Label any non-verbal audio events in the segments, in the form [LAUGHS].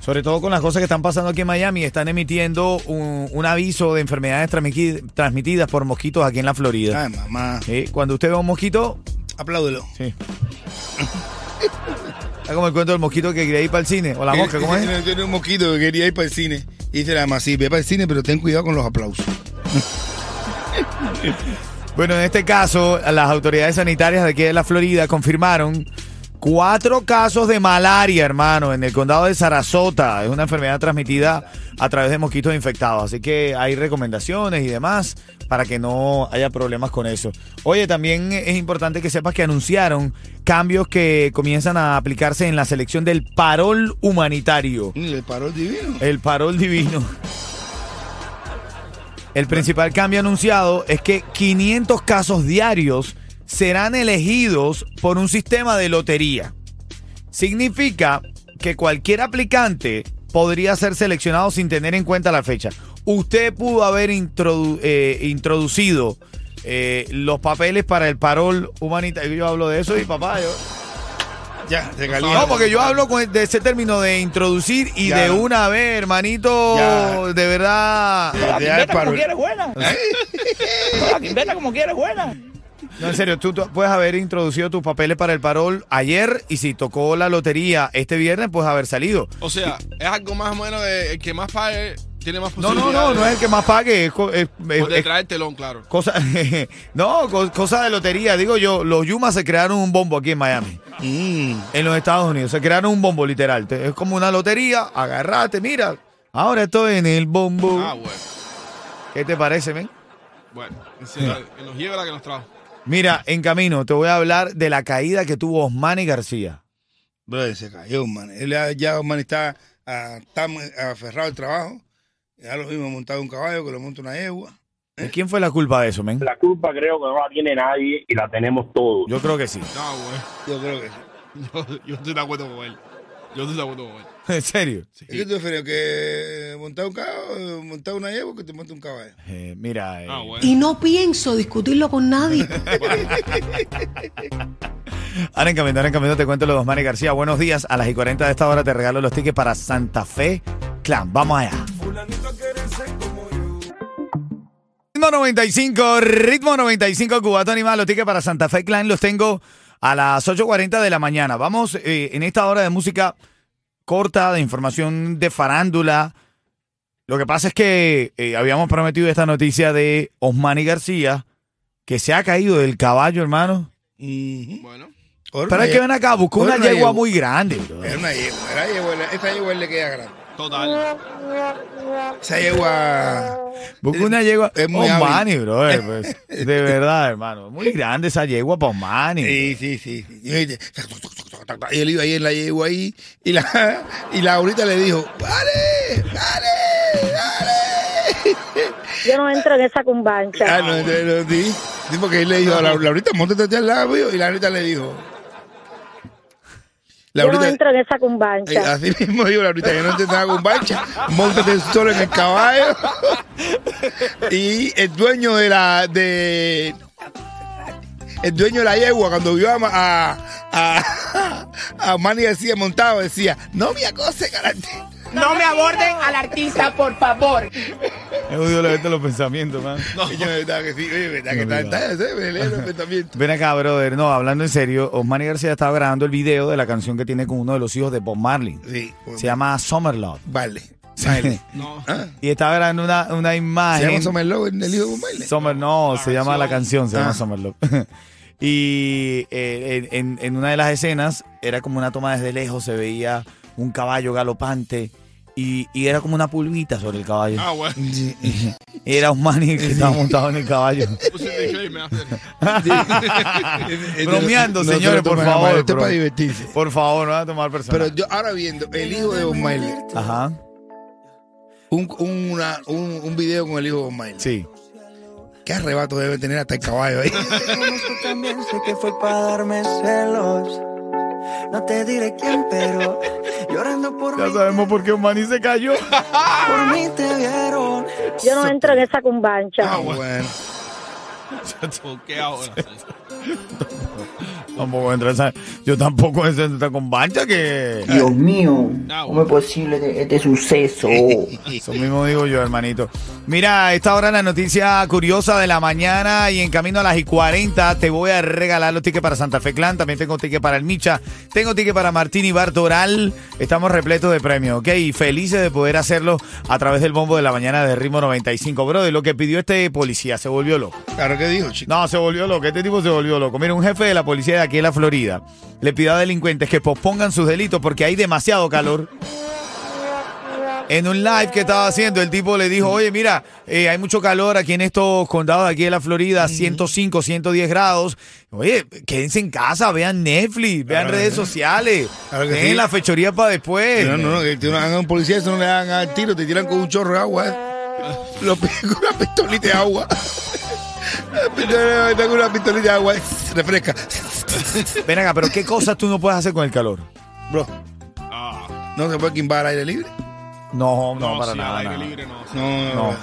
Sobre todo con las cosas que están pasando aquí en Miami, están emitiendo un, un aviso de enfermedades transmi- transmitidas por mosquitos aquí en la Florida. Ah. Ay, mamá. Sí, Cuando usted ve un mosquito, Apláudelo. sí. Está como el cuento del mosquito que quería ir para el cine. O la mosca, ¿cómo es? [LAUGHS] Tiene un mosquito que quería ir para el cine. Y dice la mamá, sí, ve para el cine, pero ten cuidado con los aplausos. Bueno, en este caso, las autoridades sanitarias de aquí de la Florida confirmaron cuatro casos de malaria, hermano, en el condado de Sarasota. Es una enfermedad transmitida a través de mosquitos infectados. Así que hay recomendaciones y demás para que no haya problemas con eso. Oye, también es importante que sepas que anunciaron cambios que comienzan a aplicarse en la selección del parol humanitario. Y le paró el divino. El parol divino. El principal cambio anunciado es que 500 casos diarios serán elegidos por un sistema de lotería. Significa que cualquier aplicante podría ser seleccionado sin tener en cuenta la fecha. Usted pudo haber introdu- eh, introducido eh, los papeles para el parol humanitario. Yo hablo de eso y papá, yo... Ya, se calienta. No, porque yo hablo con- de ese término de introducir y Ya. de una vez, hermanito, Ya. de verdad. Ya, ya, el Inventa como parol. quieres buena. ¿Eh? La que inventa como quieres buena. No, en serio, tú, tú puedes haber introducido tus papeles para el parol ayer y si tocó la lotería este viernes, puedes haber salido. O sea, es algo más o menos de el que más pague tiene más No, posibilidades. no, no, no es el que más pague, es, co- es- es- Por es detrás del telón, claro. cosa, [LAUGHS] no, co- cosa de lotería. Digo yo, los Yumas se crearon un bombo aquí en Miami. Mm. En los Estados Unidos. Se crearon un bombo, literal. Te- Es como una lotería. Agarrate, mira. Ahora estoy en el bombo. Ah, bueno. ¿Qué te parece, men? Bueno, en serio, que nos lleve la que nos trajo. Mira, en camino te voy a hablar de la caída que tuvo Osmani García. Brother, se cayó, man. Él ya, ya, man, está ah, tan aferrado al trabajo. Ya lo mismo montado un caballo que lo monta una yegua. ¿De quién fue la culpa de eso, men? La culpa creo que no la tiene nadie y la tenemos todos. Yo creo que sí. No, Yo creo que sí. Ah, bueno. [LAUGHS] Yo, yo estoy de acuerdo con él. Yo estoy de acuerdo con él. [LAUGHS] ¿En serio? ¿Y qué te refieres? ¿Que eh, montar un caballo, montar una yegua o que te monte un caballo? Eh, mira, eh, Ah, bueno. Y no pienso discutirlo con nadie. ahora en camino, ahora en camino te cuento lo de Osmani García. Buenos días, a las y 40 de esta hora te regalo los tickets para Santa Fe Clan. Vamos allá. Ritmo 95, ritmo 95, Cubato Animal, los tickets para Santa Fe Clan los tengo a las 8.40 de la mañana. Vamos eh, en esta hora de música corta, de información de farándula. Lo que pasa es que eh, habíamos prometido esta noticia de Osmani García, que se ha caído del caballo, hermano. Ujú. Bueno. Ahora Pero una es que yegua. ven acá, buscó Ahora una una yegua yegua. muy grande, bro. Era una yegua, era yegua, esta yegua le queda grande. Total. Esa yegua. Buscó una yegua. es muy Osmani, bro. eh, pues, de verdad, hermano. Muy grande esa yegua para Osmani. Sí, sí, sí. sí. Y oíste, y él iba ahí en la yegua ahí. Y la, y la ahorita le dijo: ¡Dale! ¡Dale! ¡Dale! Yo no entro en esa cumbancha. Ah, no, no, no, sí. Sí, porque él le dijo: La ahorita, montate al lado mío", Y la ahorita le dijo: Yo no Laurita- entro en esa Eh, cumbancha. Así mismo digo, ahorita que no te estaba con bancha, montate solo en el caballo. y el dueño de la de el dueño de la yegua cuando vio a Ma- a a, a Manny García montado decía, "No me acose, carante." No me aborden al artista, por favor. Es un la venta de los pensamientos, man. No, yo verdad que sí, oye, verdad que está está ese velero pensamiento. Ven acá, brother. No, hablando en serio, Osmani García estaba grabando el video de la canción que tiene con uno de los hijos de Bob Marley. Sí. pues, Se llama Summer Love. Vale. Vale. No. Ah, [LAUGHS] Y estaba grabando una, una Se llama imagen. Somerlo en el hijo de Baile. Summer, no, La se llama la canción, canción. se llama Ah. Summer Love. [LAUGHS] y eh, en, en- en una de las escenas era como una toma desde lejos, se veía un caballo galopante y, y era como una pulvita sobre el caballo. Ah, bueno. Y era un mani que estaba montado en el caballo. Puse el disclaimer, hacer. [LAUGHS] [LAUGHS] Bromeando, señores, por favor, Esto es bro. para divertirse. Por favor, no van a tomar personal. Pero yo ahora viendo el hijo de Osmael, Ajá. un, una- un, un video con el hijo de Bob Marley. Sí. ¿Qué arrebato debe tener hasta el caballo [LAUGHS] ahí? también sé que fue para darme celos. No te diré quién, pero llorando por mí, por qué Omani se cayó. [LAUGHS] por mí te vieron. Yo no entro en esa cumbancha. Ah, bueno. ¿Qué ahora? Tampoco entra esa- Yo tampoco entro en esta con bancha que. Dios mío, Ah, bueno. ¿cómo es posible este, este [LAUGHS] suceso? Eso mismo digo yo, hermanito. Mira, a esta hora la noticia curiosa de la mañana y en camino a las y 40 te voy a regalar los tickets para Santa Fe Clan. También tengo ticket para el Micha. Tengo ticket para Martín y Bartoral. Estamos repletos de premios, ¿ok? Y felices de poder hacerlo a través del bombo de la mañana de Ritmo 95. Bro, de lo que pidió este policía, se volvió loco. Claro, ¿qué dijo, chico? No, se volvió loco. Este tipo se volvió loco. Mira, un jefe de la policía de aquí en la Florida le pidió a delincuentes que pospongan sus delitos porque hay demasiado calor. En un live que estaba haciendo, el tipo le dijo, oye, mira, eh, hay mucho calor aquí en estos condados de aquí de la Florida, 105, 110 grados. Oye, quédense en casa, vean Netflix, vean Claro. eh. redes sociales, Claro que vean sí. la fechoría para después. No, no, no, que te hagan a un policía, eso no le hagan al tiro, te tiran con un chorro de agua. eh. [LAUGHS] Lo pe- con una pistolita de agua. [LAUGHS] Te una pistolita de agua, eh, [LAUGHS] refresca. Ven acá, pero ¿qué cosas tú no puedes hacer con el calor? Bro, ¿no se puede quimbar al aire libre? No, no, Ah, No, para sí, nada. al aire nada. libre no. No, no. No.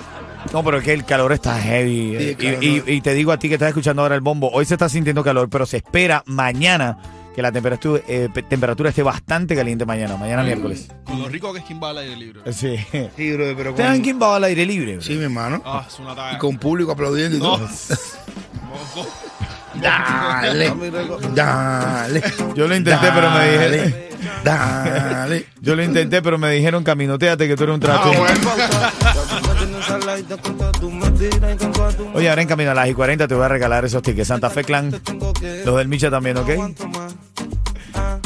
No, pero es que el calor está heavy. Sí, eh, claro, y, no. y- y te digo a ti que estás escuchando ahora el bombo, hoy se está sintiendo calor, pero se espera mañana que la temperatura, eh, pe- temperatura esté bastante caliente mañana, mañana miércoles. Con lo rico que es Kimbala y el libro. Mm. Sí. Sí, bro, pero [LAUGHS] ¿Te dan con... quién va al aire libre? bro? Sí, mi hermano. Ah, es una Y talla. con público aplaudiendo y No. todo. [LAUGHS] Moco. [LAUGHS] Dale, dale. Yo lo intenté, pero me dijeron. dale, Dale. [LAUGHS] Yo lo intenté, pero me dijeron caminoteate que tú eres un Ah, trato. Oye, ahora en camino a las y 40 te voy a regalar esos tickets. Santa Fe Clan, los del Micha también, ¿ok? Ah,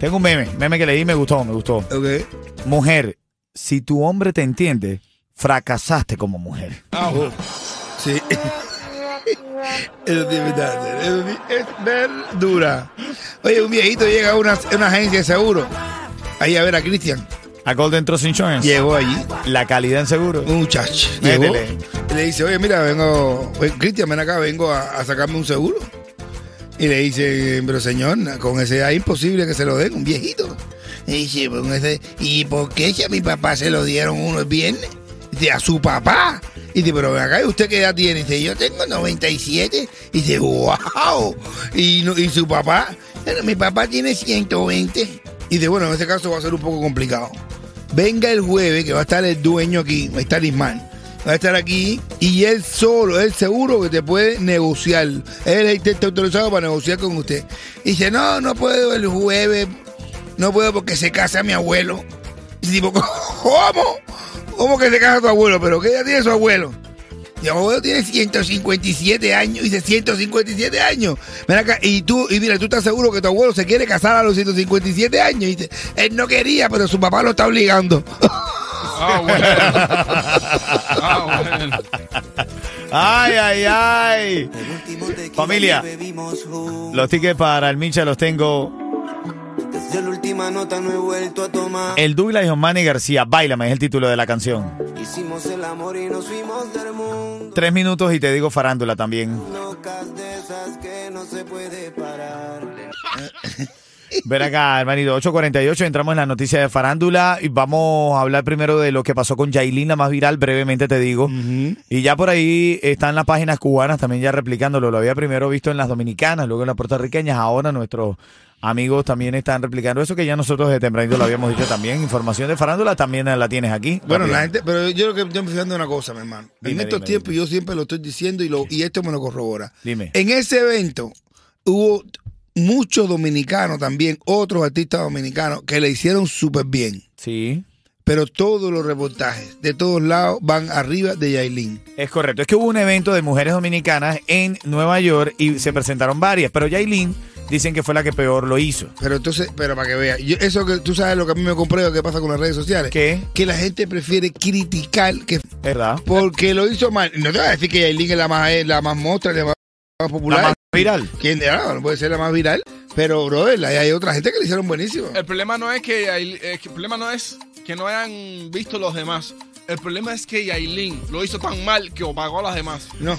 Tengo un meme, meme que leí y me gustó, me gustó. [LAUGHS] Ok. Mujer, si tu hombre te entiende, fracasaste como mujer. Sí. Eso tiene mitad, eso sí es verdura. Oye, un viejito llega a una, a una agencia de seguro. Ahí a ver a Cristian. A Golden Trust Insurance. Llegó allí, La calidad en seguro. un muchacho. Llegó, Métele. y le dice, oye, mira, vengo, oye, Cristian, ven acá, vengo a, a sacarme un seguro. Y le dice, pero señor, con ese edad es imposible que se lo den, un viejito. Y dice, con ese, ¿y por qué si a mi papá se lo dieron uno el viernes? Dice, a su papá. Y dice, pero ven acá, ¿y usted qué edad tiene? dice, yo tengo 97. Y dice, wow. Y, no- y su papá, bueno, mi papá tiene 120. Y dice, bueno, en ese caso va a ser un poco complicado. Venga el jueves, que va a estar el dueño aquí, va a estar Ismael. Va a estar aquí y él solo, él seguro que te puede negociar. Él es- está autorizado para negociar con usted. Y dice, no, no puedo el jueves, no puedo porque se casa mi abuelo. Y tipo, ¿cómo? ¿Cómo que se casa tu abuelo? ¿Pero qué edad tiene su abuelo? Mi abuelo tiene 157 años, dice 157 años. Ven acá, y tú, y mira, tú estás seguro que tu abuelo se quiere casar a los 157 años. Y dice, él no quería, pero su papá lo está obligando. Ah, [LAUGHS] bueno. Ah, bueno. ¡Ay, ay, ay! Último tequila Familia. que bebimos juntos. Los tickets para el Micha los tengo. Desde la última nota no he vuelto a tomar. El Douglas y Osmani García. Bailame es el título de la canción. Hicimos el amor y nos fuimos del mundo. Tres minutos y te digo farándula también. Locas de esas que no se puede parar. Ver acá, hermanito. 8.48, entramos en la noticia de farándula y vamos a hablar primero de lo que pasó con Yailin, la más viral, brevemente te digo. Y ya por ahí están las páginas cubanas también ya replicándolo. Lo había primero visto en las dominicanas, luego en las puertorriqueñas. Ahora nuestros amigos también están replicando eso que ya nosotros de tempranito lo habíamos dicho también. Información de farándula también la tienes aquí. [LAUGHS] Bueno, Rápido. la gente, pero yo creo que yo me estoy fijando en una cosa, mi hermano. en Dime, estos dime, tiempos yo siempre lo estoy diciendo y, lo, y esto me lo corrobora. Dime. En ese evento hubo muchos dominicanos también, otros artistas dominicanos que le hicieron súper bien. Sí. Pero todos los reportajes de todos lados van arriba de Yailin. Es correcto. Es que hubo un evento de mujeres dominicanas en Nueva York y se presentaron varias, pero Yailin dicen que fue la que peor lo hizo. Pero entonces, pero para que veas, yo- eso que tú sabes lo que a mí me comprueba que pasa con las redes sociales. ¿Qué? Que la gente prefiere criticar que ¿Verdad? porque lo hizo mal. No te voy a decir que Yailin es la más, es la más mostra, la más, la más popular. La más viral. ¿Quién de no, no puede ser la más viral? Pero, brother, hay, hay otra gente que le hicieron buenísimo. El problema no es que, hay- eh, que el problema no es que no hayan visto los demás. El problema es que Yailin lo hizo tan mal que opagó a las demás. No.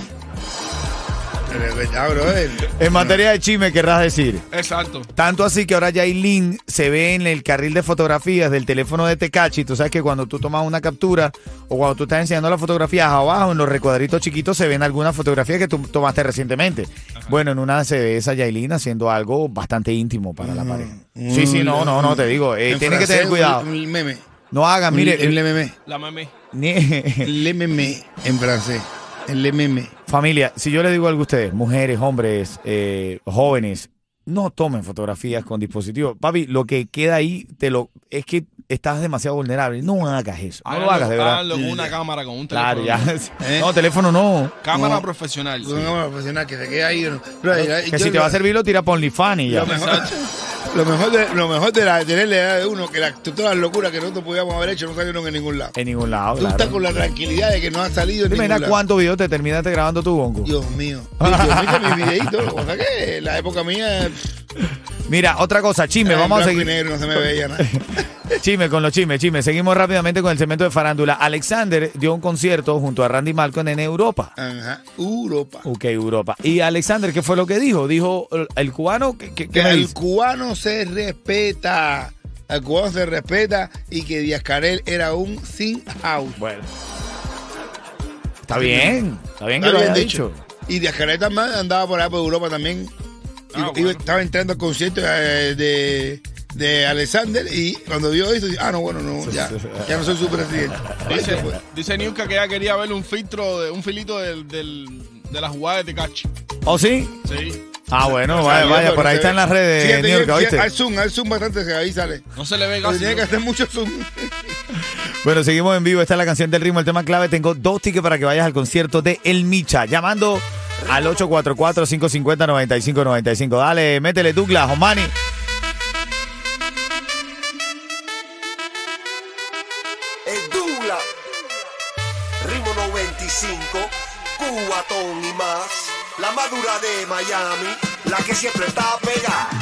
Pero es verdad, brother. En materia de chisme, querrás decir. Exacto. Tanto así que ahora Yailin se ve en el carril de fotografías del teléfono de Tecachi. Tú sabes que cuando tú tomas una captura o cuando tú estás enseñando las fotografías abajo, en los recuadritos chiquitos se ven algunas fotografías que tú tomaste recientemente. Bueno, en una se ve esa Yailin haciendo algo bastante íntimo para la pareja. Sí, sí, no, no, no, te digo. eh, Mm, En tienes que francés, tener cuidado. Un, un meme. No hagan, mire. Un- el meme. La mami. [LAUGHS] ni- El meme en francés. El meme. Familia, si yo le digo algo a ustedes, mujeres, hombres, eh, jóvenes, no tomen fotografías con dispositivos. Papi, lo que queda ahí te lo, es que estás demasiado vulnerable. No hagas eso. Ah, No lo hagas, de verdad. Háganlo con una cámara, con un teléfono. Claro, ya. [LAUGHS] ¿Eh? No, teléfono no. Cámara No. profesional. Una cámara profesional que se queda ahí. Brother, yo Que si te lo- va a servir, lo tira para OnlyFans y ya. Lo mejor, lo mejor de, lo mejor de, la, de tener la edad de uno, que la- todas las locuras que nosotros podíamos haber hecho no salieron en ningún lado. En ningún lado, Tú estás Eh, claro. con la tranquilidad de que no ha salido en ¿Te ningún imaginas lado. cuántos videos te terminaste grabando tú, Bongo? Dios mío. Dios mío, mis videitos. O sea que la época mía. Mira, otra cosa, chisme, era vamos a blanco y seguir. negro, no se me veía nada. Chisme con los chismes, chisme. Seguimos rápidamente con el segmento de farándula. Alexander dio un concierto junto a Randy Malcolm en Europa. Ajá. Europa. Ok, Europa. ¿Y Alexander qué fue lo que dijo? Dijo, ¿el cubano qué, qué- qué Que me al dice? cubano se respeta. Al cubano se respeta y que Díaz Canel era un sin out. Bueno. Está bien, está bien que Está lo bien haya dicho. dicho. Y Díaz Canel también andaba por allá por Europa también. Y- Ah, y bueno. estaba entrando al concierto eh, de, de Alexander y cuando vio eso, dijo, ah, no, bueno, no, ya, ya no soy su [LAUGHS] presidente. Este, pues, Ahí se Dice, fue. dice Niurka que ella quería ver un filtro, de, un filito del, del- de la jugada de Tecachi. ¿O ¿Oh, sí? Sí. Ah, bueno, vaya, Salió, vaya, pero por ahí se está ve. en las redes Fíjate, de New York, yo- ¿oíste? Al zoom, al zoom bastante, se- ahí sale. No se le ve Pero casi. Tiene que hacer mucho zoom. Bueno, seguimos en vivo. Esta es la canción del ritmo, el tema clave. Tengo dos tickets para que vayas al concierto de El Micha. Llamando al 844-550-9595. Dale, métele Douglas, Omani. El Dula, Ritmo 95, Cubatón y más. La madura de Miami, la que siempre está pegada.